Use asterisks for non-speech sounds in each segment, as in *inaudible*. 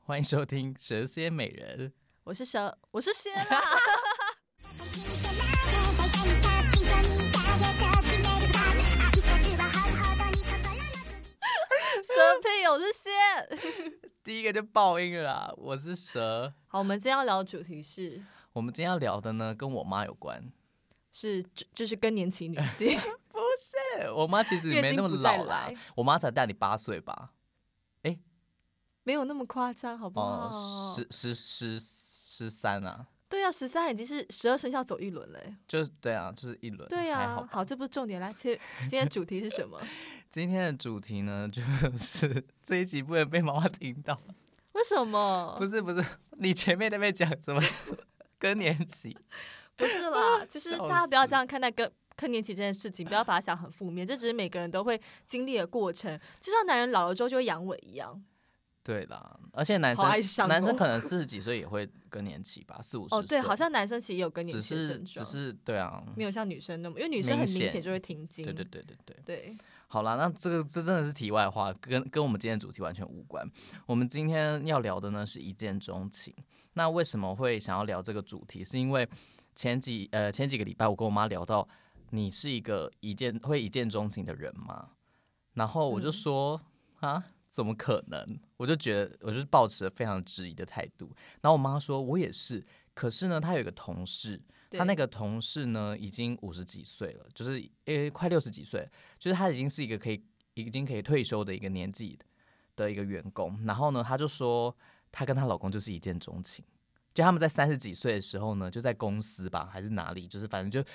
欢迎收听《蛇蝎美人》。我是蛇，我是仙啦。 *laughs* 蛇屁，我是仙。第一个就爆音了啦，我是蛇。好，我们今天要聊的主题是我们今天要聊的呢，跟我妈有关。是就就是更年期 *laughs* 女性，不是，我妈其实月没那经么不再老啦来，我妈才大你八岁吧？没有那么夸张，好不好？哦，十十十十三啊，对啊，十三已经是十二生肖走一轮了欸。就是对啊，就是一轮。对还好啊，吧好，这不是重点，来，切，今天主题是什么？今天的主题呢，就是 *laughs* 这一集不能被妈妈听到。为什么？不是不是，你前面那边讲什么什么更年期？不是 *laughs* 啦，其实笑大家不要死这样看待更更年期这件事情，不要把它想很负面，这只是每个人都会经历的过程，就像男人老了之后就会阳痿一样。对啦，而且男生好哀伤哦男生可能四十几岁也会更年期吧，四五十哦，对，岁好像男生其实也有更年只期的是症只状，是对啊，没有像女生那么，因为女生很明明显显就会停经。对对对对对。对好啦，那这个这真的是题外话，跟跟我们今天的主题完全无关。我们今天要聊的呢是一见钟情。那为什么会想要聊这个主题？是因为前几呃前几个礼拜我跟我妈聊到，你是一个一见会一见钟情的人吗？然后我就嗯说、啊，怎么可能？我就觉得我就是抱持了非常质疑的态度。然后我妈说我也是，可是呢，她有一个同事，对他那个同事呢，已经五十几岁了，就是呃快六十几岁，就是他已经是一个可以已经可以退休的一个年纪的一个员工。然后呢，他就说她跟她老公就是一见钟情，就他们在三十几岁的时候呢，就在公司吧还是哪里，就是反正就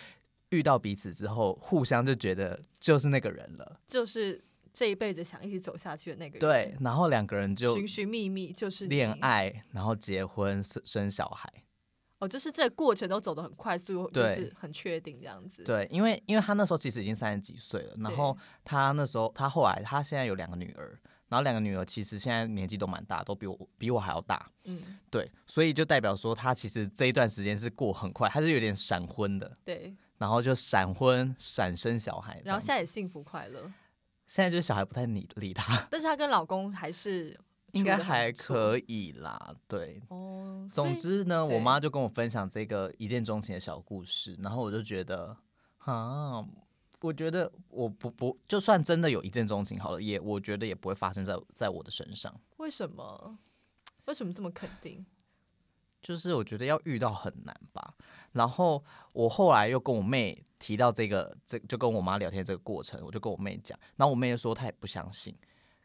遇到彼此之后，互相就觉得就是那个人了。就是这一辈子想一起走下去的那个人。对，，然后两个人就寻寻觅觅就是你恋。爱，然后结婚生生小孩。哦，就是这个过程都走得很快速，就对是很确定这样子。对，因为因为他那时候其实已经三十几岁了，然后他那时候他后来他现在有两个女儿，然后两个女儿其实现在年纪都蛮大，都比我比我还要大，嗯，对，所以就代表说他其实这一段时间是过很快，他是有点闪婚的，对。然后就闪婚闪生小孩这样子，然后现在也幸福快乐，现在就是小孩不太理理他，但是她跟老公还是应该还以。可以啦，对，哦，所总以之呢，我对妈就跟我分享这个一见钟情的小故事，然后我就觉得，啊，我觉得我不不，就算真的有一见钟情好了，也我觉得也不会发生在在我的身上。为什么？为什么这么肯定？就是我觉得要遇到很难吧。然后我后来又跟我妹提到这个，这就跟我妈聊天这个过程，我就跟我妹讲，然后我妹就说她也不相信。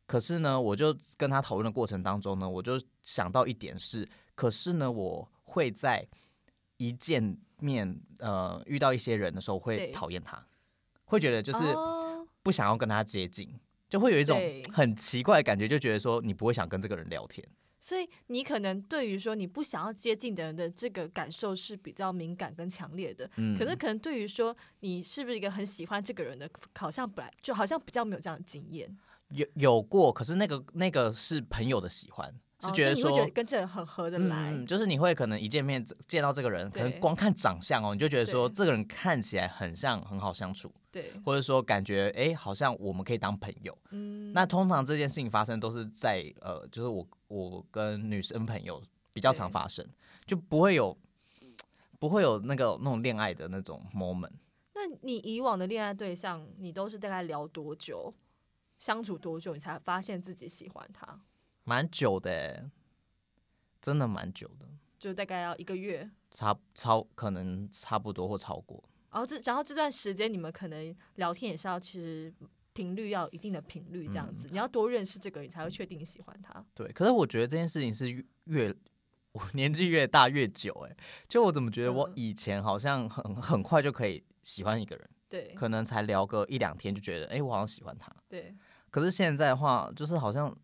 可是呢，我就跟她讨论的过程当中呢，我就想到一点是，可是呢，我会在一见面呃遇到一些人的时候会对讨厌他，会觉得就是哦不想要跟他接近，就会有一种对很奇怪的感觉，就觉得说你不会想跟这个人聊天。所以你可能对于说你不想要接近的人的这个感受是比较敏感跟强烈的，嗯，可是可能对于说你是不是一个很喜欢这个人的，好像本来就好像比较没有这样的经验，有有过，可是那个那个是朋友的喜欢，是哦觉得就你说，会觉得跟这人很合得来，嗯，就是你会可能一见面见到这个人，可能对光看长相哦，你就觉得说对这个人看起来很像很好相处，对，或者说感觉哎、诶好像我们可以当朋友。嗯，那通常这件事情发生都是在呃，就是我我跟女生朋友比较常对发生，就不会有不会有那个那种恋爱的那种 moment。那你以往的恋爱对象，你都是大概聊多久，相处多久，你才发现自己喜欢他？蛮久的、欸，真的蛮久的，就大概要一个月，差超可能差不多或超过。然后这然后这段时间你们可能聊天也是要其实频率要有一定的频率嗯这样子，你要多认识这个人，你才会确定你喜欢他。对，可是我觉得这件事情是越越我 *laughs* 年纪越大越久、欸，哎，就我怎么觉得我嗯以前好像很很快就可以喜欢一个人，对可能才聊个一两天就觉得，哎、我好像喜欢他。对，可是现在的话，就是好像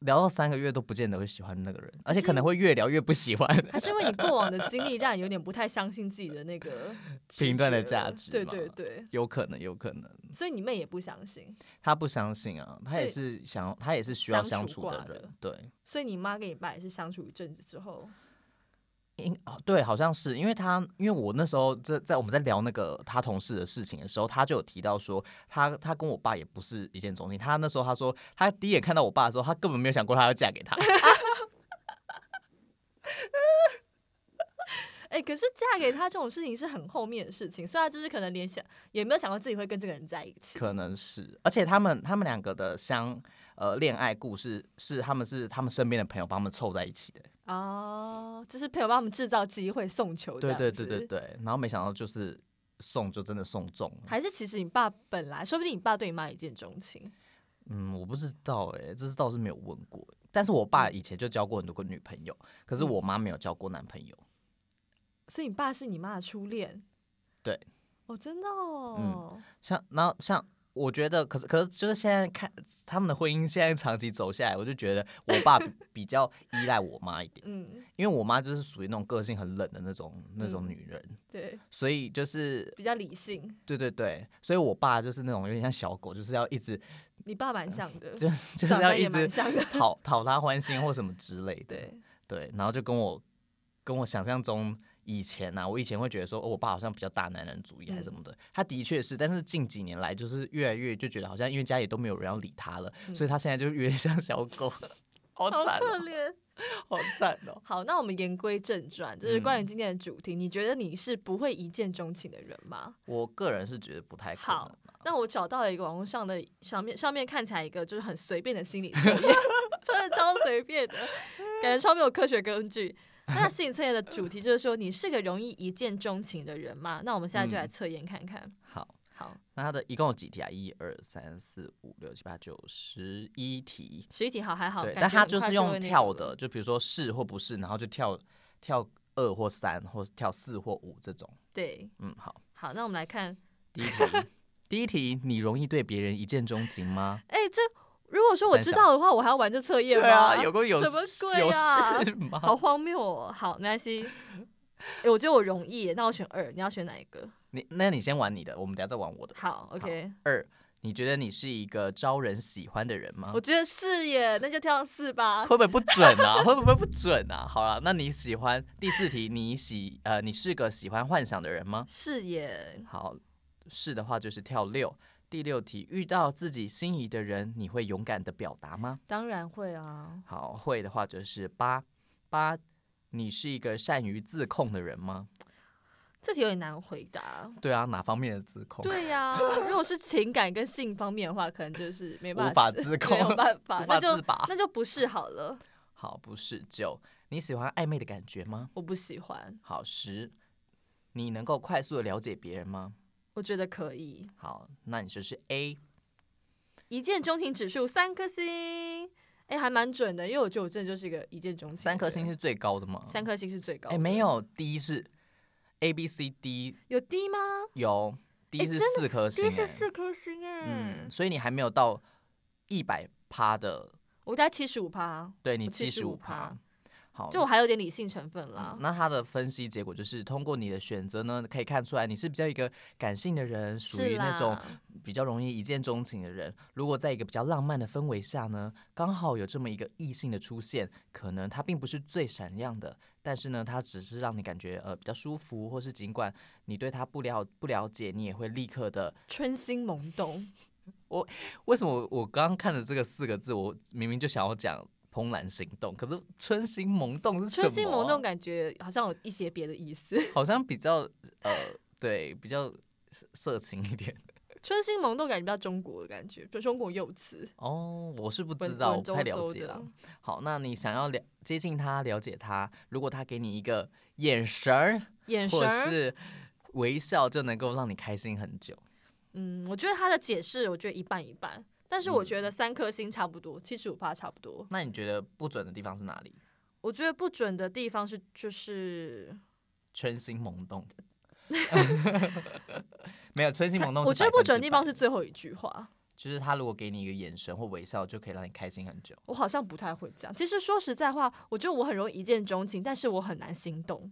聊到三个月都不见得会喜欢那个人，而且可能会越聊越不喜欢。 *laughs* 还是因为你过往的经历让你有点不太相信自己的那个直 *laughs* 评断的觉价了值对嘛对对，有可能，有可能，所以你妹也不相信，他不相信啊，他也所是想要，他也是需要相相处处的挂的人，对，所以你妈跟你爸也是相处一阵子之后，应哦，对，好像是因为他，因为我那时候在在我们在聊那个他同事的事情的时候，他就有提到说，他他跟我爸也不是一见钟情。他那时候他说，他第一眼看到我爸的时候，他根本没有想过他要嫁给他。哎可是嫁给他这种事情是很后面的事情，所以他就是可能连想也没有想过自己会跟这个人在一起。可能是，而且他们他们两个的相呃恋爱故事是他们是他们身边的朋友帮他们凑在一起的，哦，就是朋友帮我们制造机会送球，对对对对。对，然后没想到就是送就真的送中了，还是其实你爸本来，说不定你爸对你妈一见钟情。嗯，我不知道哎、这是倒是没有问过，但是我爸以前就交过很多个女朋友，可是我妈没有交过男朋友，所以你爸是你妈的初恋。对，哦，真的哦，像然后像。我觉得，可是可是，就是现在看他们的婚姻，现在长期走下来，我就觉得我爸比 *laughs* 比较依赖我妈一点，嗯因为我妈就是属于那种个性很冷的那种那种嗯女人，对，所以就是比较理性，对对对，所以我爸就是那种有点像小狗，就是要一直你爸蛮像的，就是 *laughs* 就是长要得也一直蛮像的，讨讨他欢心或什么之类 *laughs* 的。对， *laughs* 对，然后就跟我跟我想象中以前啊，我以前会觉得说，哦，我爸好像比较大男人主义还嗯是什么的，他的确是，但是近几年来就是越来越就觉得好像因为家里都没有人要理他了，所以他现在就越像小狗， *laughs* 好嗯好惨可哦，怜。好惨哦。好，那我们言归正传，就是嗯关于今天的主题。你觉得你是不会一见钟情的人吗？ *laughs* 我个人是觉得不太可能好啊、那我找到了一个网络上的上面上面看起来一个就是很随便的心理测验， *laughs* 真的超随便的，感觉超没有科学根据。那心理测验的主题就是说，你是个容易一见钟情的人吗？那我们现在就来嗯测验看看。好，好，那他的一共有几题啊？一二三四五六七八九十一题。十一题好还好，对，感但觉他很就快是就用会那跳个了的，就比如说是或不是，然后就跳跳二或三，或跳四或五这种。对，嗯，好，好，那我们来看，第一题，第一题，你容易对别人一见钟情吗？ *laughs* 哎、这如果说我三知小啊道的话，我还要玩这测验吗？有个有什么鬼啊有？事吗？好荒谬哦！好，没关系。哎我觉得我容易耶，那我选二，你要选哪一个？你那你先玩你的，我们等下再玩我的。好，OK，二，你觉得你是一个招人喜欢的人吗我？觉得是耶，那就跳四吧。会不会不准啊？ *laughs* 会不会不准啊？好了，那你喜欢第四题，你喜呃，你是个喜欢幻想的人吗？是耶，好，是的话就是跳六。第六题，遇到自己心仪的人，你会勇敢的表达吗？当然会啊。好，会的话就是八八。你是一个善于自控的人吗？这题有点难回答。对啊，哪方面的自控？对呀、如果是情感跟性方面的话，可能就是没办无法法自没有控，办法，无那法就自拔。那就不是好了，好，不是九，你喜欢暧昧的感觉吗？我不喜欢，好十，你能够快速的了解别人吗？我觉得可以。好，那你就是 A。一见钟情指数三颗星，哎、还蛮准的，因为我觉得我真的就是一个一见钟情的人。三颗星是最高的吗？三颗星是最高哎、的。没有，D 是 A B C D 有低吗？有 D 哎是真的四颗星、低哎，是四颗星哎、嗯，所以你还没有到一百趴的，我大概七十五趴，对你我七十五75%趴。好，就我还有点理性成分哦啦嗯。那他的分析结果就是，通过你的选择呢，可以看出来你是比较一个感性的人，属是于那种啦比较容易一见钟情的人。如果在一个比较浪漫的氛围下呢，刚好有这么一个异性的出现，可能他并不是最闪亮的，但是呢，他只是让你感觉呃比较舒服，或是尽管你对他不了不了解，你也会立刻的。春心萌动，为什么我我刚刚看的这个四个字，我明明就想要讲怦然心动，可是春心萌动是什么啊？春心萌动感觉好像有一些别的 *laughs* 意思。好像比较呃，对，比较色色情一点。 *laughs* 春心萌动感觉比较中国的感觉，就中国用词。哦，我是不文知道，我文不绉太了绉解的了。好，那你想要了接近他，了解他，如果他给你一个眼神儿，眼神或者儿，是微笑，就能够让你开心很久。嗯，我觉得他的解释，我觉得一半一半。但是嗯我觉得三颗星差不多，七十五趴差不多。那你觉得不准的地方是哪里？我觉得不准的地方是，就是春心萌动。 *laughs* 没有春心萌动是我觉得不准的地方100%是最后一句话。就是他如果给你一个眼神或微笑，就可以让你开心很久。我好像不太会这样。其实说实在话，我觉得我很容易一见钟情，但是我很难心动。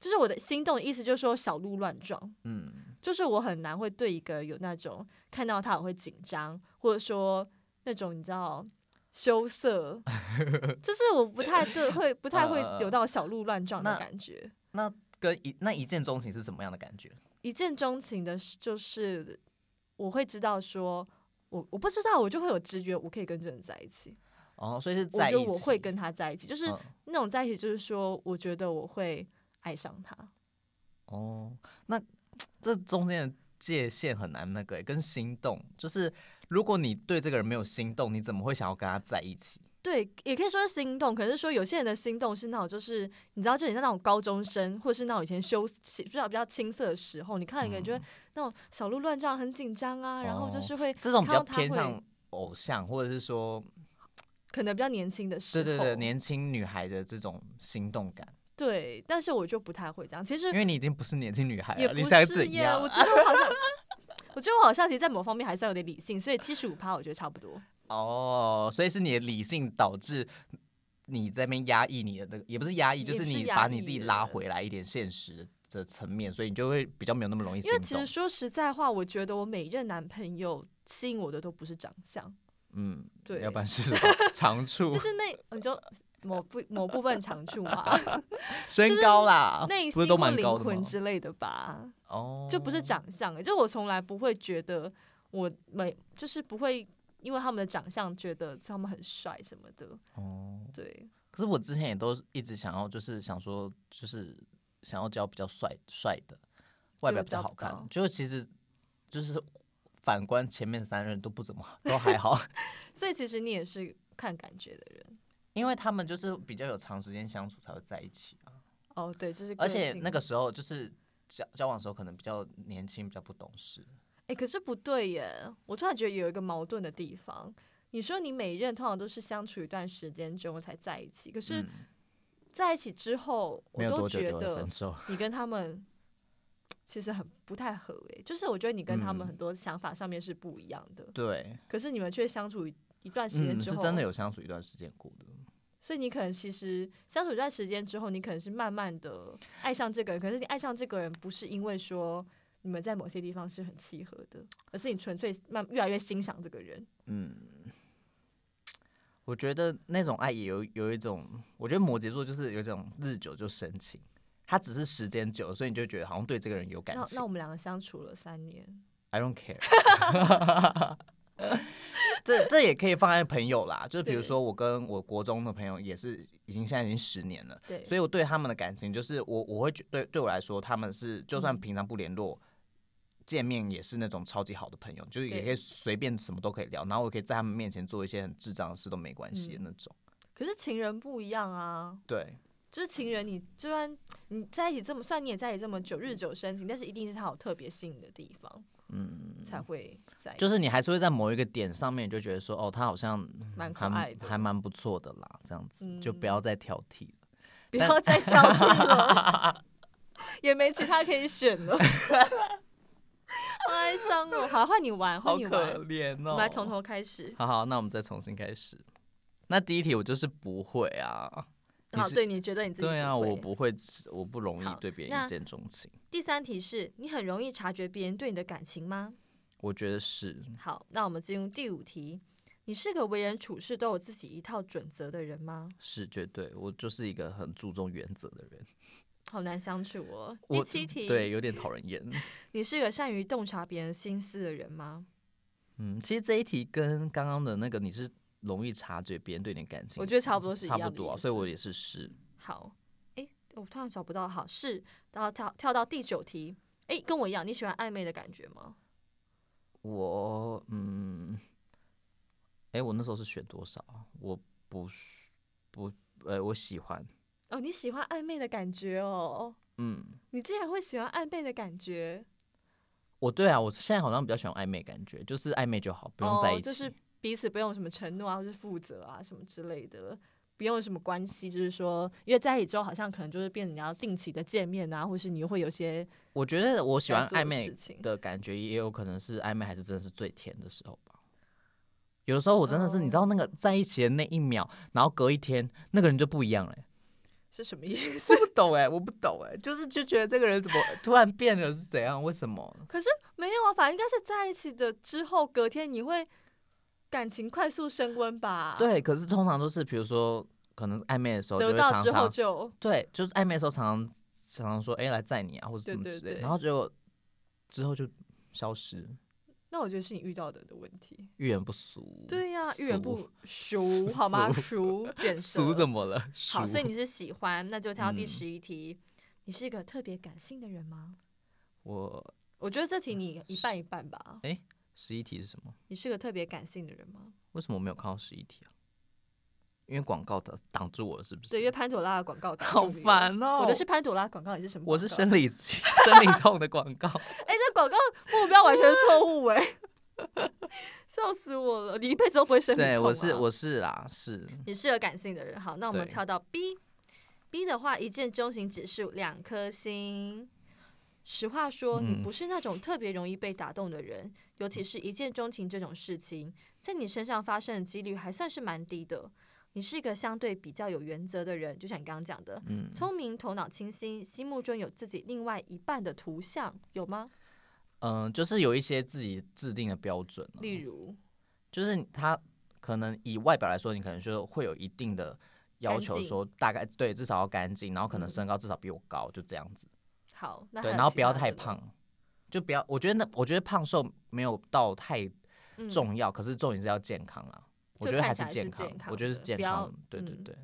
就是我的心动的意思，就是说小鹿乱撞，嗯，就是我很难会对一个有那种看到他我会紧张，或者说那种你知道羞涩， *laughs* 就是我不太对会不太会嗯嗯嗯有到小鹿乱撞的那感觉。那跟一那一见钟情是什么样的感觉？一见钟情的是，就是我会知道说。我我不知道，我就会有直觉，我可以跟这个人在一起。哦，所以是我在觉一得起。我会跟他在一起，就是嗯那种在一起，就是说，我觉得我会爱上他。哦，那这中间的界限很难那个欸，跟心动就是，如果你对这个人没有心动，你怎么会想要跟他在一起？对，也可以说是心动，可是说有些人的心动是那种，就是你知道，就你那种高中生，或是那种以前羞比较比较青涩的时候，你看到一个人就会、那种小鹿乱撞，很紧张啊，然后嗯就哦是会这种比看较到他偏会向偶像，或者是说，可能比较年轻的时对候，对对，年轻女孩的这种心动感，对但是我就不太会这样，其实因为你已经不是年轻女孩也了，不你现在是怎耶，样我觉？得我 *laughs* 好像。我觉得我好像其实，在某方面还算有点理性，所以七十五趴我觉得差不多。哦，所以是你的理性导致你在那边压抑你的那个，也不是压抑，就也是不是你压把你抑自己了拉回来一点现实的层面，所以你就会比较没有那么容易因心为其动实。说实在话，我觉得我每一任男朋友吸引我的都不是长相，嗯，对，要不然是什么长处、 *laughs* 就是那你就某部某部分长 *laughs* 处嘛，身是高啦，内不心是都或蛮灵高的魂吗？之类的吧，哦，就不是长相、欸，就我从来不会觉得我每就是不会因为他们的长相觉得他们很帅什么的，哦。对，可是我之前也都一直想要，就是想说，就是想要交比较帅帅的，外表比较好交不看到。就其实就是反观前面三任都不怎么好，都还好， *laughs* 所以其实你也是看感觉的人因为他们就是比较有长时间相处才会在一起啊。哦，对，就是而个且性那个时候就是交交往的时候可能比较年轻，比较不懂事。哎、可是不对耶！我突然觉得有一个矛盾的地方。你说你每一任通常都是相处一段时间之后才在一起，可是嗯，在一起之后，没有我都多久觉就会得分手。你跟他们其实很不太合诶、就是我觉得你跟他们嗯很多想法上面是不一样的，对，可是你们却相处一一段时间嗯，之是后，真的有相处一段时间过的。所以你可能其实相处一段时间之后，你可能是慢慢的爱上这个人，可是你爱上这个人不是因为说你们在某些地方是很契合的，而是你纯粹慢越来越欣赏这个人。我觉得那种爱也有有一种，我觉得摩羯座就是有一种日久就生情，他只是时间久了，所以你就觉得好像对这个人有感那情那我。们两个相处了三年， I don't care *laughs* 这。这也可以放在朋友啦，就是比如对说我跟我国中的朋友也是已经现在已经十年了，对，所以我对他们的感情就是我我会觉对对我来说他们是就算嗯平常不联络。见面也是那种超级好的朋友，就是也对可以随便什么都可以聊，然后我可以在他们面前做一些很智障的事都没关系的嗯那种。可是情人不一样啊。对，就是情人，你就算你在一起这么，算你也在一起这么久，日久生情，但是一定是他有特别吸引的地方，嗯，才会在一起。就是你还是会在某一个点上面，你就觉得说，哦，他好像嗯蛮可爱还的还蛮不错的啦，这样子、就不嗯要再挑剔了。不要再挑剔了， *laughs* 也没其他可以选了。好哀伤哦，好哦换你玩，换你玩，怜哦我们来从头开始。 *laughs* 好好，那我们再重新开始。那第一题我就是不会啊，你好，是对，你觉得你自己对啊，不会我不会，我不容易好对别人那一见钟情，第三题是你很容易察觉别人对你的感情吗？我觉得是，好，那我们进入第五题。你是个为人处事都有自己一套准则的人吗？是绝对，我就是一个很注重原则的人，好难相处哦。第我七题，对，有点讨人厌。你是个善于洞察别人心思的人吗？嗯，其实这一题跟刚刚的那个你是容易察觉别人对你的感情，我觉得差不多是一差样不的多啊，意所以思我也是是。好，诶，我突然找不到，好是，然后跳跳到第九题，诶，跟我一样，你喜欢暧昧的感觉吗？我嗯，哎、我那时候是选多少啊？我不是不呃，我喜欢，哦，你喜欢暧昧的感觉哦，嗯，你竟然会喜欢暧昧的感觉，我对啊，我现在好像比较喜欢暧昧的感觉，就是暧昧就好，不用在哦一起。就是彼此不用什么承诺啊，或是负责啊什么之类的。不用有什么关系，就是说，因为在一起之后，好像可能就是变成你要定期的见面啊，或是你会有些我觉得我喜该欢做暧的昧事情的感觉，也有可能是暧昧还是真的是最甜的时候吧。有的时候我真的是，你知道那个在一起的那一秒，然后隔一天，那个人就不一样了欸、是什么意思？ *laughs* 不懂哎、我不懂哎、就是就觉得这个人怎么突然变了是怎样？为什么？可是没有啊，反正应该是在一起的之后，隔天你会感情快速升温吧？，对，可是通常都是比如说可能暧昧的时候就得会到常之后常就对，就是暧昧的时候常常常常说哎、来载你啊或者对什么对之类的，对然后结果之后就消失，那我觉得是你遇到的的问题。遇人不俗。对呀、遇人不俗熟，好吗？俗熟，简俗直。怎么了？好，所以俗你是喜欢，那就挑第嗯十一题。你是一个特别感性的人吗？我我觉得这题你一半一半吧。十一题是什么？你是个特别感性的人吗？为什么我没有看到十一题啊？因为广告挡挡住我了，是不对，因是？为潘朵拉 *laughs* 的广告打好中你了。烦哦！我的是潘朵拉广告，你是什么广告？我是生理生理痛的广 *laughs* 告，哎、这广告目标完全错误哎、 *laughs* 笑死我了！你一辈子都不会生理痛、啊。对，我是我是啦，是你是个感性的人。好，那我们对跳到 B。B 的话，一见钟情指数两颗星。实话说，你嗯不是那种特别容易被打动的人，尤其是一见钟情这种事情，在你身上发生的几率还算是蛮低的。你是一个相对比较有原则的人，就像你刚刚讲的，嗯，聪明、头脑清晰，心目中有自己另外一半的图像，有吗？嗯、就是有一些自己制定的标准、啊，例如，就是他可能以外表来说，你可能就会有一定的要干求，净说大概对至少要干净，然后可能嗯身高至少比我高，就这样子。好，那还对，有然后其不要他太的呢，胖，就不要。我觉得那我觉得胖瘦没有到太嗯重要，可是重点是要健康啊。我就觉得看还起来是健健康，我康觉得是的健不要康。对对嗯对、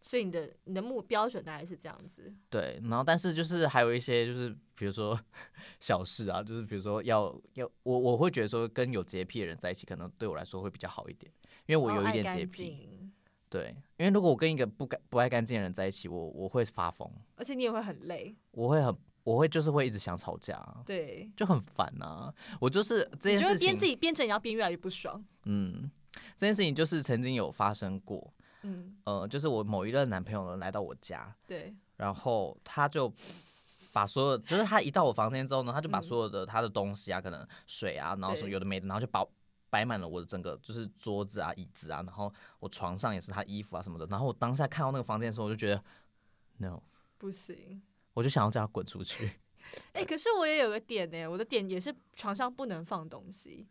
所以你的你的目标准大概是这样子，对，然后但是就是还有一些就是比如说 *laughs* 小事啊，就是比如说要要我我会觉得说跟有洁癖的人在一起，可能对我来说会比较好一点，因为我哦有一爱点干洁癖。净对，因为如果我跟一个不干不爱干净的人在一起，我我会发疯，而且你也会很累，我会很我会就是会一直想吵架啊，对，就很烦啊。我就是这你件就会事边情，自己边整，然后边越来越不爽，嗯，这件事情就是曾经有发生过，嗯，呃，就是我某一任男朋友呢来到我家，对，然后他就把所有，就是他一到我房间之后呢，他就把嗯所有的他的东西啊，可能水啊，然后什么对有的没的，然后就把摆满了我的整个就是桌子啊、椅子啊，然后我床上也是他衣服啊什么的。然后我当下看到那个房间的时候，我就觉得 no，不行，我就想要叫他滚出去。 *laughs* 呃哎、可是我也有个点呢、我的点也是床上不能放东西，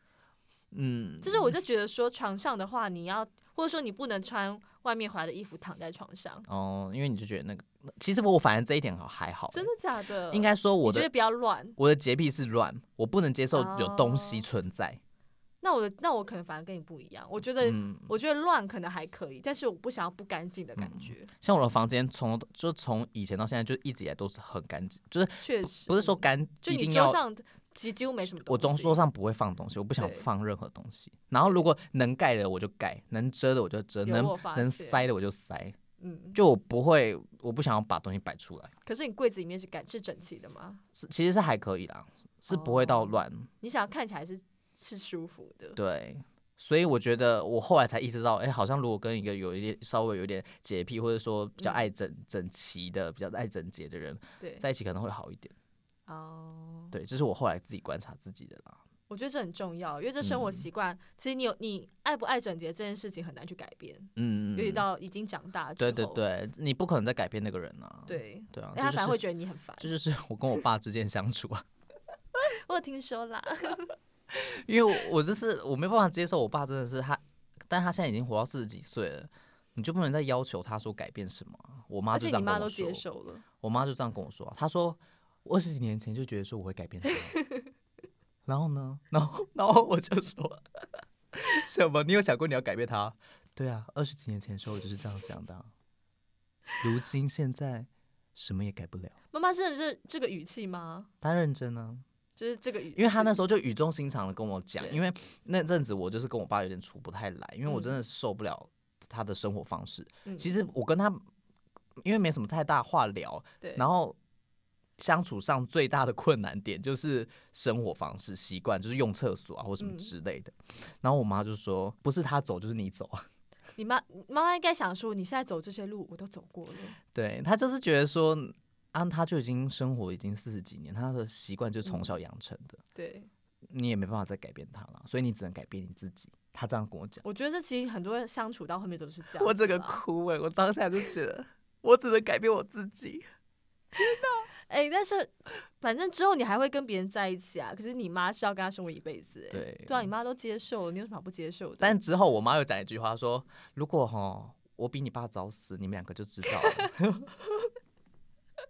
嗯，就是我就觉得说床上的话，你要或者说你不能穿外面回来的衣服躺在床上，哦，因为你就觉得那个，其实我反正这一点好还好欸，真的假的？应该说我你觉得的比较乱，我的洁癖是乱，我不能接受有东西哦存在。那我的那我可能反而跟你不一样，我觉得、嗯，我觉得乱可能还可以，但是我不想要不干净的感觉，像我的房间从就从以前到现在就一直以来都是很干净，就是确、实不是说干嗯就一你定桌要。上其实几乎没什么东西。我中桌上不会放东西，我不想对放任何东西。然后如果能盖的我就盖，能遮的我就遮，有能我发能现塞的我就塞。嗯，就我不会，我不想要把东西摆出来。可是你柜子里面是感是整齐的吗？是其实是还可以啦，是不会到哦乱。你想要看起来是是舒服的，对，所以我觉得我后来才意识到，哎、好像如果跟一个有一些稍微有点洁癖，或者说比较嗯爱整、整齐的、比较爱整洁的人对，在一起，可能会好一点。哦，对，这是我后来自己观察自己的啦。我觉得这很重要，因为这生活嗯习惯，其实你有你爱不爱整洁这件事情很难去改变，嗯，尤其到已经长大之对后，对对，你不可能再改变那个人啊。对，对啊，哎他这反而就会是觉得你很烦。这就是我跟我爸之间相处啊， *laughs* 我有听说啦，因为我我就是我没办法接受我爸真的是他，但他现在已经活到四十几岁了。你就不能再要求他说改变什么啊、我妈而就且这你样跟妈我都说，接受了，我妈就这样跟我说啊，她说我二十几年前就觉得说我会改变什么，然后呢，然后然后我就说什么？你有想过你要改变他？对啊，二十几年前的时候我就是这样想的啊、如今现在什么也改不了。妈妈真的是这个语气吗？她认真呢、就是这个语气，因为她那时候就语重心长的跟我讲，对因为那阵子我就是跟我爸有点处不太来，因为我嗯真的受不了他的生活方式。嗯其实我跟他因为没什么太大话聊，对，然后相处上最大的困难点就是生活方式习惯，就是用厕所啊或什么嗯之类的。然后我妈就说：“不是他走，就是你走啊。你妈妈妈应该想说，你现在走这些路我都走过了，对”她就是觉得说，啊，她就已经生活已经四十几年，她的习惯就是从嗯小养成的，对，你也没办法再改变她了，所以你只能改变你自己。她这样跟我讲，我觉得这其实很多人相处到后面都是这样子啦。我整个哭哎、我当下就觉得我只能改变我自己。哎、但是反正之后你还会跟别人在一起啊。可是你妈是要跟他生活一辈子、哎，对，嗯对啊，你妈都接受了，你有什么好不接受的？但之后我妈又讲一句话说：“如果哈我比你爸早死，你们两个就知道了。”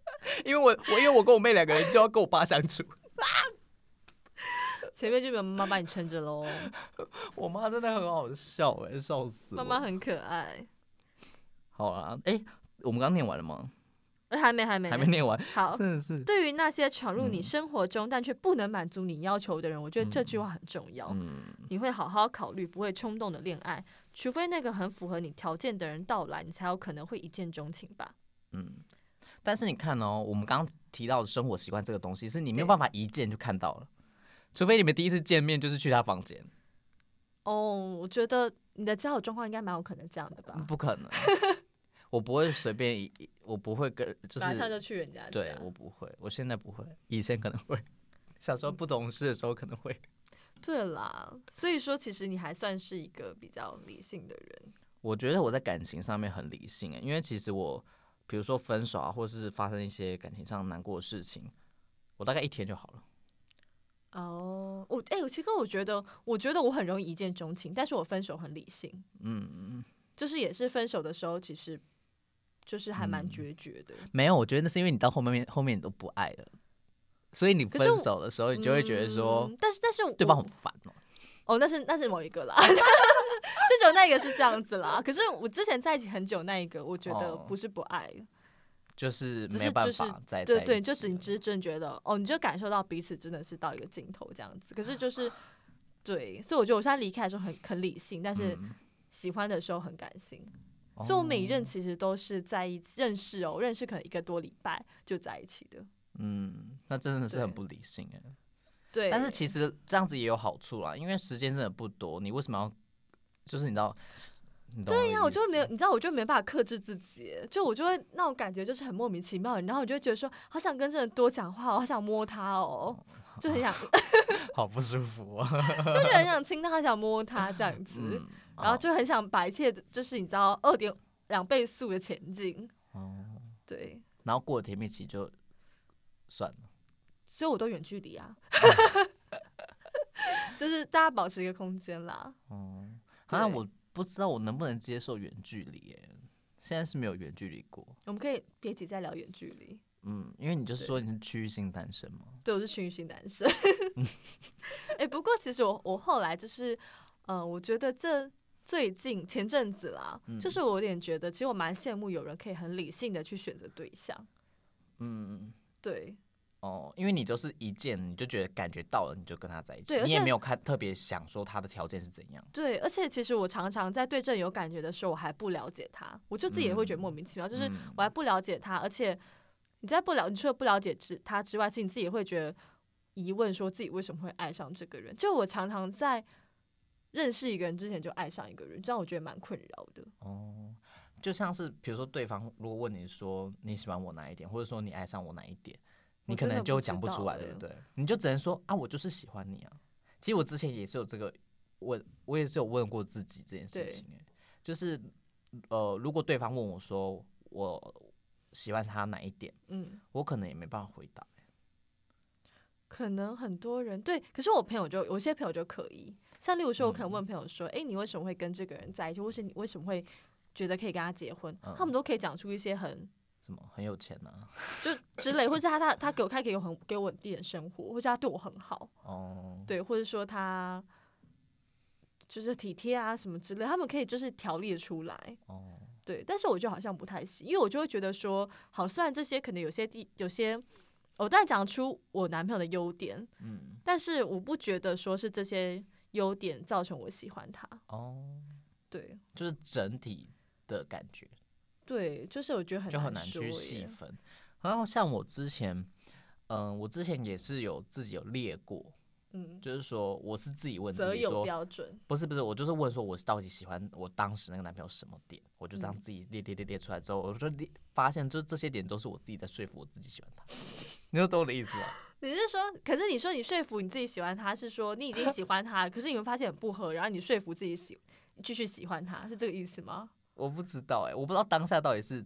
*laughs* 因为我我因为我跟我妹两个人就要跟我爸相处， *laughs* 前面就有妈妈把你撑 *laughs* 着喽，我妈真的很好笑哎、笑死我！妈妈很可爱。好啊，哎、我们刚念完了吗？呃还没还没还没念完，好。真的是，对于那些闯入你嗯生活中、但却不能满足你要求的人，我觉得这句话很重要。嗯，你会好好考虑，不会冲动的恋爱，除非那个很符合你条件的人到来，你才有可能会一见钟情吧。嗯，但是你看哦，我们刚刚提到的生活习惯这个东西，是你没有对办法一见就看到了，除非你们第一次见面就是去他房间，哦，我觉得你的交友状况应该蛮有可能这样的吧，嗯不 *laughs* 可能，我不会随便一，我不会跟，就马上是就去人家对家。我不会，我现在不会，以前可能会，小时候不懂事的时候可能会，对啦，所以说其实你还算是一个比较理性的人。我觉得我在感情上面很理性欸，因为其实我，比如说分手啊，或是发生一些感情上难过的事情，我大概一天就好了。哦，我哎、我其实我觉得，我觉得我很容易一见钟情，但是我分手很理性，嗯，就是也是分手的时候，其实就是还嗯蛮决绝的。没有，我觉得那是因为你到后面后面你都不爱了，所以你可分是我手的时候，你就会觉得说嗯但是但是对方我很烦哦、哦，那是那是某一个啦， *laughs* 就只有那一个是这样子啦。可是我之前在一起很久那一个，我觉得哦不是不爱，就是只没是有办就是法再对在对，一就起只你了只是真的觉得哦，你就感受到彼此真的是到一个尽头这样子。可是就是啊对，所以我觉得我现在离开的时候很很理性，但是嗯喜欢的时候很感性。所以我每一任哦其实都是在一起认识哦，认识可能一个多礼拜就在一起的。嗯，那真的是很对不理性哎。对，但是其实这样子也有好处啦，因为时间真的不多，你为什么要？就是你知道，你懂对呀、啊我意就思没有，你知道，我就没办法克制自己，就我就会那种感觉就是很莫名其妙，然后我就会觉得说，好想跟这人多讲话哦，好想摸他哦，就 *laughs* 很想， *laughs* 好不舒服 *laughs* 啊。就是很想亲他，好想摸他这样子，嗯，然后哦就很想把一切就是你知道二点两倍速的前进，哦对，然后过了甜蜜期就算了。所以我都远距 *laughs* 离啊，就是大家保持一个空间啦。哦、啊，对我不知道我能不能接受远距离耶，现在是没有远距离过。我们可以别急再聊远距离。嗯，因为你就对说你是区域性单身嘛，对，我是群性 *laughs* 男生。哎、不过其实我我后来就是，呃，我觉得这最近前阵子啦，嗯就是我有点觉得，其实我蛮羡慕有人可以很理性的去选择对象。嗯，对哦，因为你都是一见你就觉得感觉到了，你就跟他在一起对，而你也且没有看特别想说他的条件是怎样。对，而且其实我常常在对这人有感觉的时候，我还不了解他，我就自己也会觉得莫名其妙，就是嗯我还不了解他，而且你在不了，你除了不了解之他之外，其实你自己也会觉得疑问，说自己为什么会爱上这个人。就我常常在认识一个人之前就爱上一个人，这样我觉得蛮困扰的。哦，就像是比如说对方如果问你说你喜欢我哪一点，或者说你爱上我哪一点，你我可真能的就不讲知不出道来，欸对不对？你就只能说啊，我就是喜欢你啊。其实我之前也是有这个问，我也是有问过自己这件事对情欸、就是呃，如果对方问我说我喜欢他哪一点，嗯，我可能也没办法回答。欸可能很多人对，可是我朋友就有些朋友就可以，像例如说，我可能嗯问朋友说，诶，你为什么会跟这个人在一起，或是你为什么会觉得可以跟他结婚？嗯他们都可以讲出一些很什么很有钱啊？就之类，或是他他他给我他给我很给我稳定的生活，或者他对我很好，哦，对，或者说他就是体贴啊什么之类，他们可以就是条列出来。哦，对，但是我就好像不太行，因为我就会觉得说，好，虽然这些可能有些地有些，我当然讲出我男朋友的优点，嗯，但是我不觉得说是这些优点造成我喜欢他。哦，对就是整体的感觉对，就是我觉得很就很难难说去细耶。分。然后像我之前，嗯、我之前也是有自己有列过，嗯，就是说我是自己问自择己友说，标准。不是不是，我就是问说我到底喜欢我当时那个男朋友什么点，我就这样嗯自己列列列列出来之后，我就列发现就这些点都是我自己在说服我自己喜欢他， *laughs* 你就懂我的意思吗？你是说，可是你说你说服你自己喜欢他，是说你已经喜欢他了，可是你们发现很不合，然后你说服自己喜继续喜欢他，是这个意思吗？我不知道哎、我不知道当下到底是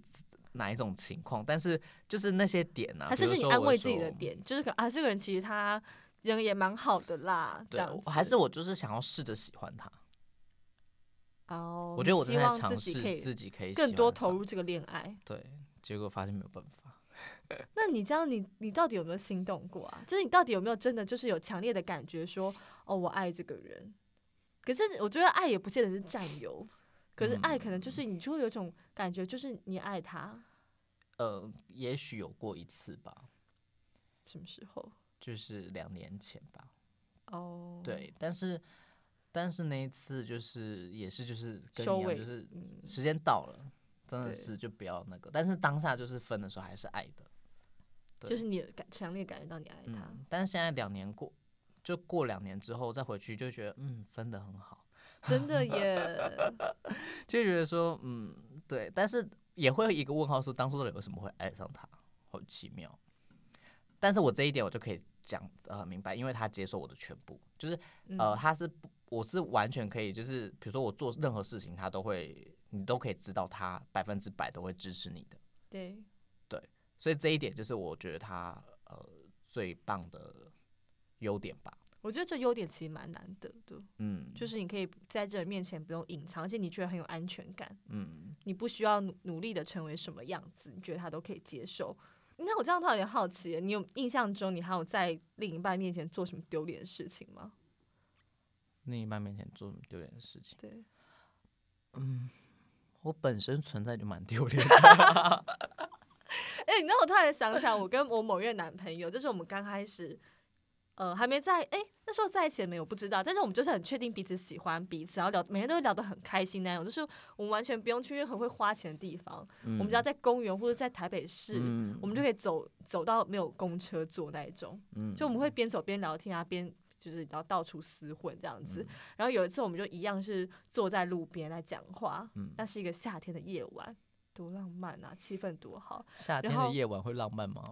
哪一种情况，但是就是那些点呢、啊，还比是如是你说安我慰自己的说点，就是可能啊，这个人其实他人也蛮好的啦，对这样，还子是我就是想要试着喜欢他。哦，我觉得我正希在望尝自试己可以自己可以喜更欢多上投，入这个恋爱。对，结果发现没有办法。那你这样，你你到底有没有心动过啊？就是你到底有没有真的就是有强烈的感觉说，哦，我爱这个人？可是我觉得爱也不见得嗯是占有，可是爱可能就是你就会有一种感觉，就是你爱他，呃，也许有过一次吧，什么时候？就是两年前吧。哦，，对，但是但是那一次就是也是就是跟收你一样，尾就是嗯，时间到了，真的对是就不要那个。但是当下就是分的时候还是爱的，对就是你感强烈感觉到你爱他，嗯。但是现在两年过，就过两年之后再回去就觉得，嗯，分的很好，真的耶， *laughs* 就觉得说，嗯，对。但是也会有一个问号说，当初的人为什么会爱上他，好奇妙。但是我这一点我就可以讲呃明白，因为他接受我的全部，就是嗯呃，他是不我是完全可以，就是比如说我做任何事情，他都会，你都可以知道他百分之百都会支持你的，对，所以这一点就是我觉得他呃最棒的优点吧。我觉得这优点其实蛮难得的，嗯，就是你可以在这人面前不用隐藏，而且你觉得很有安全感，嗯，你不需要努努力的成为什么样子，你觉得他都可以接受。那我这样突然有点好奇耶，你有印象中你还有在另一半面前做什么丢脸的事情吗？另一半面前做什么丢脸的事情，对，我本身存在就蛮丢脸的。哎、你知道我突然想起来，我跟我某任男朋友，就是我们刚开始，呃，还没在，哎、那时候在一起了没有？我不知道，但是我们就是很确定彼此喜欢彼此，然后聊，每天都会聊得很开心那种，就是我们完全不用去任何会花钱的地方，我我们只要在公园或者在台北市，嗯我们就可以走走到没有公车坐那一种，嗯就我们会边走边聊天啊，边。就是然后到处厮混这样嗯子，然后有一次我们就一样是坐在路边来讲话，嗯那是一个夏天的夜晚，多浪漫啊，气氛多好。夏天然的后夜晚会浪漫吗？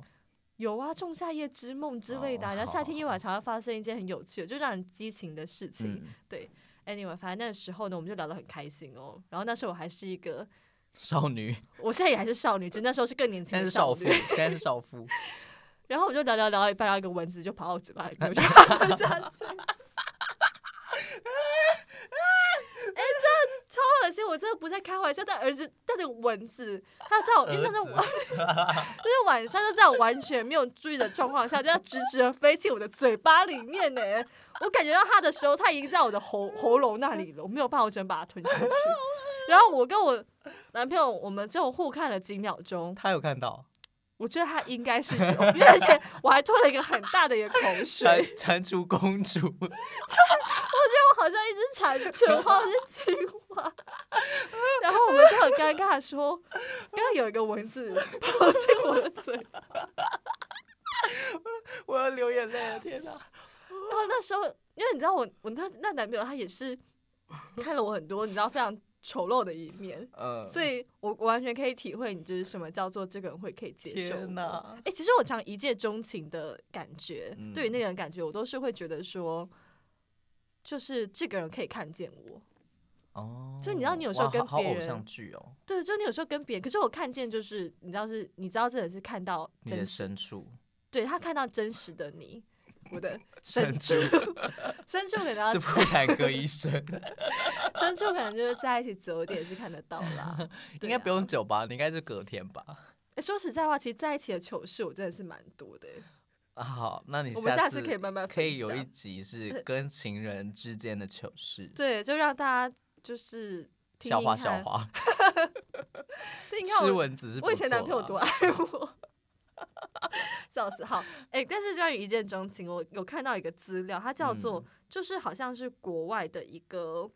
有啊，《仲夏夜之梦》之类的啊、哦然后夏天夜好晚常常发生一件很有趣的，就让人激情的事情。嗯， Anyway，反正那时候呢，我们就聊得很开心哦。然后那时候我还是一个，少女，我现在也还是少女，只是那时候是更年轻现在的是少少妇女。，现在是少 *laughs* 妇。然后我就聊聊聊到一半，然后一个蚊子就跑到我嘴巴里面，我就吞下去。哎、哎这超恶心！我真的不在开玩笑，但儿子，但那个蚊子，它在我，因 *laughs* 为那是儿晚，就是晚上就在我完全没有注意的状况下，就要直直的飞进我的嘴巴里面呢。我感觉到它的时候，它已经在我的喉喉咙那里了，我没有办法，我只能把它吞下去。然后我跟我男朋友，我们就互看了几秒钟，他有看到，我觉得他应该是有， *laughs* 因为而且我还吐了一个很大的一个口水，蟾蟾蜍公主， *laughs* 我好像一只蟾蜍或者是青蛙。 *laughs* 然后我们就很尴尬地说，刚刚有一个蚊子跑进我的嘴，然我要流眼泪了，天哪！后那时候因为你知道我我那那男朋友他也是看了我很多你知道非常丑陋的一面。嗯，所以我我完全可以体会你就是什么叫做这个人会可以接受我。天哪哎、其实我常一见钟情的感觉，嗯对于那个人感觉，我都是会觉得说，就是这个人可以看见我。哦，就你知道你有时候哇跟好好别偶人像剧哦，对，就你有时候跟别人，可是我看见就是你知道是，你知道真的是看到你的真实，深 *laughs* 处，对他看到真实的你，我 *laughs* 的深深处处，深处可能要 *laughs* 是妇产科医生，，*laughs* 啊深处可能就是在一起久一点是看得到啦 *laughs* 应该对啊不用。久吧？你应该是隔天吧？诶说实在话，其实在一起的糗事我真的是蛮多的、啊好，那你我们下次次可以慢慢分可以有享一集是跟情人之间的糗事，对，就让大家就是听笑听话看笑。话，对，你看吃我，蚊子是不我以前错啊男朋友啦多爱 *laughs* 我，,笑死。好，哎、但是关于一见钟情，我有看到一个资料，它叫做、嗯就是好像是国外的一个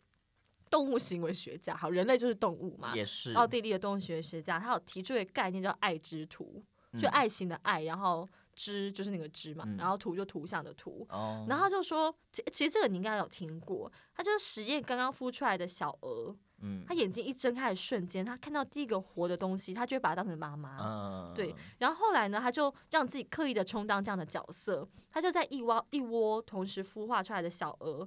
动物行为学家，好，人类就是动物嘛。也是奥地利的动物学学家，他有提出一个概念叫“爱之图”，就嗯爱情的爱，然后之就是那个之嘛，嗯然后图就图像的图，哦，然后他就说，其其实这个你应该有听过，他就是实验刚刚孵出来的小鹅，嗯他眼睛一睁开的瞬间，他看到第一个活的东西，他就会把它当成妈妈。嗯对，然后后来呢，他就让自己刻意的充当这样的角色，他就在一窝一窝同时孵化出来的小鹅，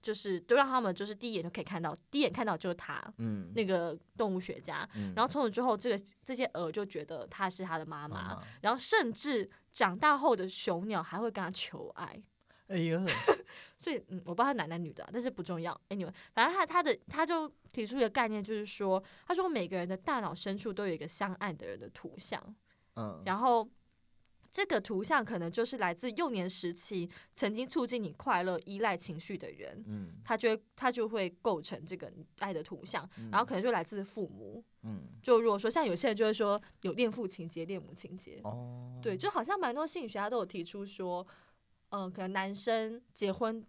就是都让他们就是第一眼就可以看到，第一眼看到就是他嗯那个动物学家。嗯啊然后从此之后，这个这些鹅就觉得他是他的妈妈，妈然后甚至长大后的雄鸟还会跟他求爱。哎 *laughs* 呀，所以，嗯，我不知道他奶奶女的啊、但是不重要。Anyway，反正他他的他就提出一个概念，就是说，他说每个人的大脑深处都有一个相爱的人的图像，嗯，然后这个图像可能就是来自幼年时期曾经促进你快乐、依赖情绪的人，嗯他就会他就会构成这个爱的图像，嗯然后可能就来自父母。嗯就如果说像有些人就会说有恋父情节、恋母情节，哦，对，就好像蛮多心理学家都有提出说，呃，可能男生结婚，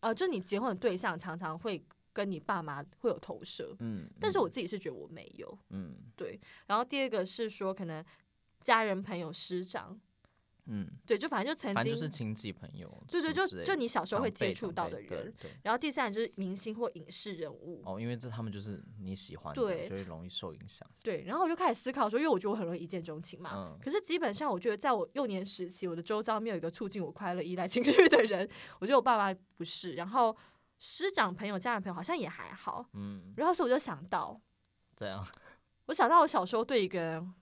呃，就你结婚的对象常常会跟你爸妈会有投射，嗯，但是嗯我自己是觉得我没有。嗯然后第二个是说，可能家人、朋友、师长，嗯，对，就反正就曾反正经，就是亲戚朋友，对对，什么就之类就的你小时候会长辈接触长到辈的人。对对然后第三个就是明星或影视人物，哦，因为这他们就是你喜欢的，对就会容易受影响。对。然后我就开始思考说，因为我觉得我很容易一见钟情嘛。嗯可是基本上，我觉得在我幼年时期，我的周遭没有一个促进我快乐、依赖情绪的人。我觉得我爸妈不是，然后师长、朋友、家人、朋友好像也还好。嗯，然后所以我就想到，这样我想到我小时候对一个人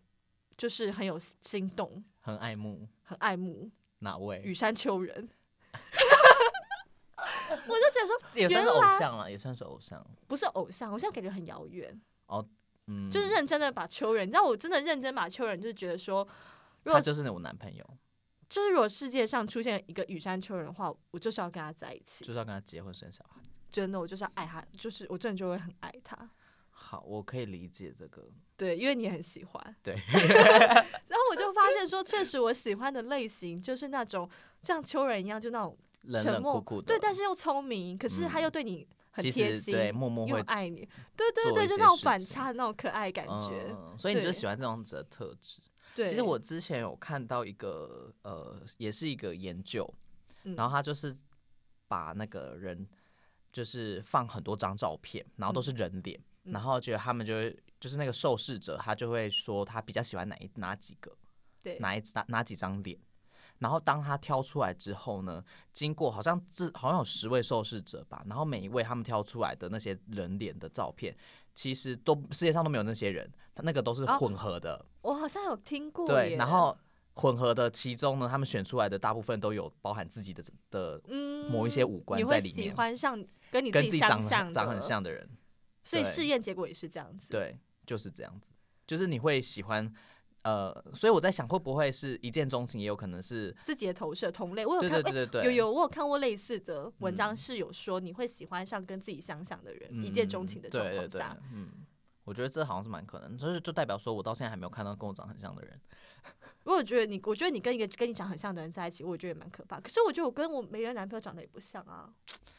就是很有心动、很爱慕很爱慕哪羽位？山丘人。 *laughs* 我就觉得说也算是原偶来像了，也算是偶像。不是偶像，我现在感觉很遥远。嗯，就是认真的把丘人，你知道我真的认真把丘人，就是觉得说，他如果就是我男朋友，就是如果世界上出现一个羽山丘人的话，我就是要跟他在一起就。是要跟他结婚生小孩。真的，我就是要爱他，就是我真的就会很爱他。好，我可以理解这个。对，因为你很喜欢。对。 *laughs* 然后我就发现说，确实我喜欢的类型就是那种像丘人一样，就那种冷沉冷默酷酷的，对，但是又聪明，可是他又对你很嗯其贴实心，对默默又会爱你。对对做对，一就些那种事反情差的那种可爱感觉。嗯，所以你就对喜欢这种子的特质。对，其实我之前有看到一个呃，也是一个研究，嗯然后他就是把那个人就是放很多张照片，然后都是人脸，嗯然后觉得他们就会就是那个受试者他就会说他比较喜欢哪一哪几个对哪一哪哪几张脸。然后当他挑出来之后呢，经过好像至好像有十位受试者吧，然后每一位他们挑出来的那些人脸的照片，其实都世界上都没有那些人，他那个都是哦混合的。我好像有听过耶。对，然后混合的其中呢，他们选出来的大部分都有包含自己的的嗯，某一些五官你在会里喜面，欢上跟你跟己己长相得像很的长很，像的人，所以对试验结果也是这样子。对，就是这样子，就是你会喜欢。呃，所以我在想，会不会是一见钟情，也有可能是，自己的投射同类，我有对看，对哎对对对，有有我有看过类似的文章，嗯是有说你会喜欢上跟自己相像的人，嗯一见钟情的状对对况对下，，嗯，我觉得这好像是蛮可能，就是就代表说我到现在还没有看到跟我长很像的人，如果觉得你，我觉得你跟一个跟你长很像的人在一起，我觉得也蛮可怕。可是我觉得我跟我没人男朋友长得也不像啊，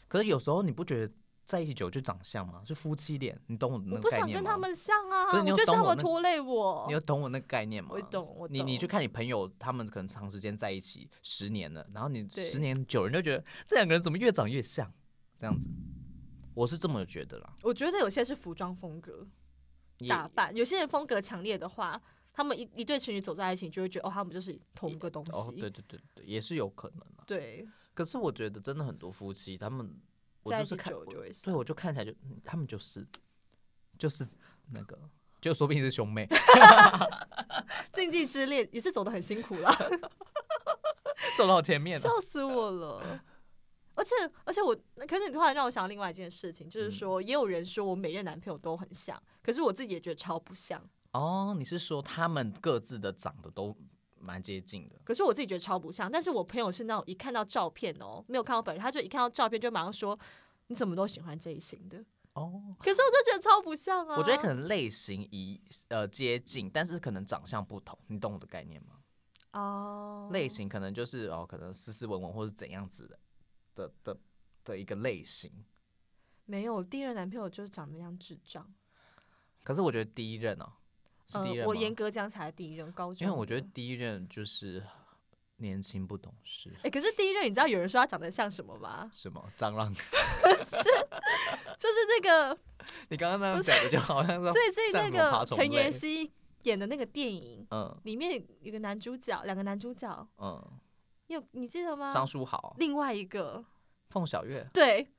可是有时候你不觉得在一起久就长相吗？是夫妻脸，你懂我的那我个不概想念跟吗？他们像啊，不是我你有觉得是懂他我们那拖累我你。有懂我那个概念吗？我懂我你你去懂看你朋友，他们可能长时间在一起十年了，然后你对十年久了，你就觉得这两个人怎么越长越像，这样子，我是这么觉得啦。我觉得有些是服装风格也打扮，有些人风格强烈的话，他们一一对情侣走在一起，你就会觉得哦，他们就是同一个东西。哦，对对对对，也是有可能啦。对，可是我觉得真的很多夫妻，他们我在就一是起看久，了就会对像。我就看起来就嗯他们就是就是那个，就说不定是兄妹， *laughs* 禁忌之恋也是走的很辛苦啦，走到前面了。 *laughs* 笑死我了。而且而且我，可是你突然让我想到另外一件事情，嗯就是说，也有人说我每任男朋友都很像，可是我自己也觉得超不像，哦，你是说他们各自的长得都蛮接近的？可是我自己觉得超不像。但是我朋友是那种一看到照片哦，没有看到本人，他就一看到照片就马上说你怎么都喜欢这一型的，哦，可是我就觉得超不像啊。我觉得可能类型一呃接近，但是可能长相不同，你懂我的概念吗？哦，类型可能就是哦，可能斯斯文文或是怎样子的的的的一个类型。没有，我第一任男朋友就是长得像智障。可是我觉得第一任哦，是第一任、呃，吗？我严格讲起来，第一任高中的，因为我觉得第一任就是年轻不懂事，哎、可是第一任，你知道有人说他长得像什么吗？什么蟑 *laughs* 螂？呃就是那个你刚刚那样讲的就好像是最近像那什么个爬虫陈妍类，希演的那个电影，嗯里面有个男主角，两个男主角，嗯，你有你记得吗？张书豪、另外一个，凤小岳对，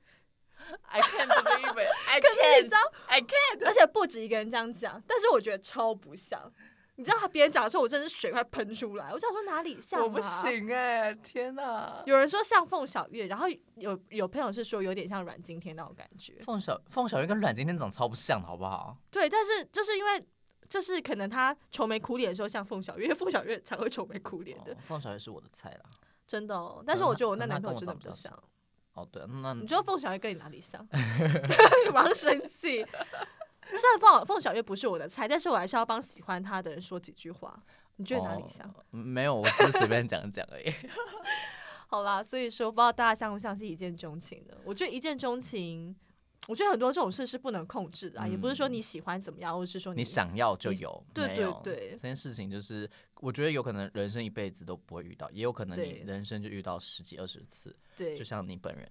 ，I can't believe *laughs* it, I 可是你 can't, 知道， I can't。而且不止一个人这样讲，但是我觉得超不像。你知道他别人讲的时候，我真的是水快喷出来，我想说哪里像、啊？我不行哎、天哪！有人说像凤小岳，然后有有朋友是说有点像阮经天那种感觉，凤小凤小岳跟阮经天长超不像的，好不好？对，但是就是因为就是可能他愁眉苦脸的时候，像凤小岳，因为凤小岳才会愁眉苦脸的哦，凤小岳是我的菜啦。真的、哦。但是可能我他觉得我可那能男他朋友跟我真长的比得较比较像。哦，对，那你觉得凤小岳跟你哪 *laughs* 里像？ *laughs* 马上生气。虽然凤凤小岳不是我的菜，但是我还是要帮喜欢他的人说几句话。你觉得哪里像？嗯没有，我只是随便讲讲 *laughs* 而已。好啦，所以说不知道大家相不相信一见钟情的？我觉得一见钟情，我觉得很多这种事是不能控制的、啊，也不是说嗯你喜欢怎么样，或者是说你想要就有，嗯对没对有对这件事情就是，我觉得有可能人生一辈子都不会遇到，也有可能对你人生就遇到十几二十次，对就像你本人。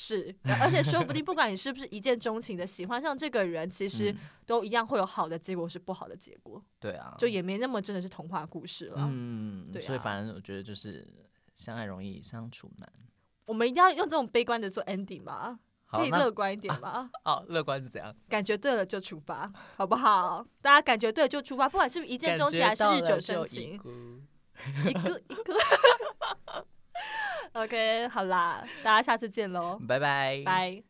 是，而且说不定不管你是不是一见钟情的喜欢上这个人，其实嗯都一样会有好的结果，是不好的结果，对啊，就也没那么真的是童话故事了。嗯，对所以啊反正我觉得就是相爱容易相处难。我们一定要用这种悲观的做 ending 吧，好可，以那乐观一点吧。哦，乐观是怎样？感觉对了就出发，好不好？大家感觉对了就出发，不管是不是一见感钟情觉还是到了日久就生已 *laughs* 情，故一个一个。OK，好啦，大家下次见喽，拜拜。拜。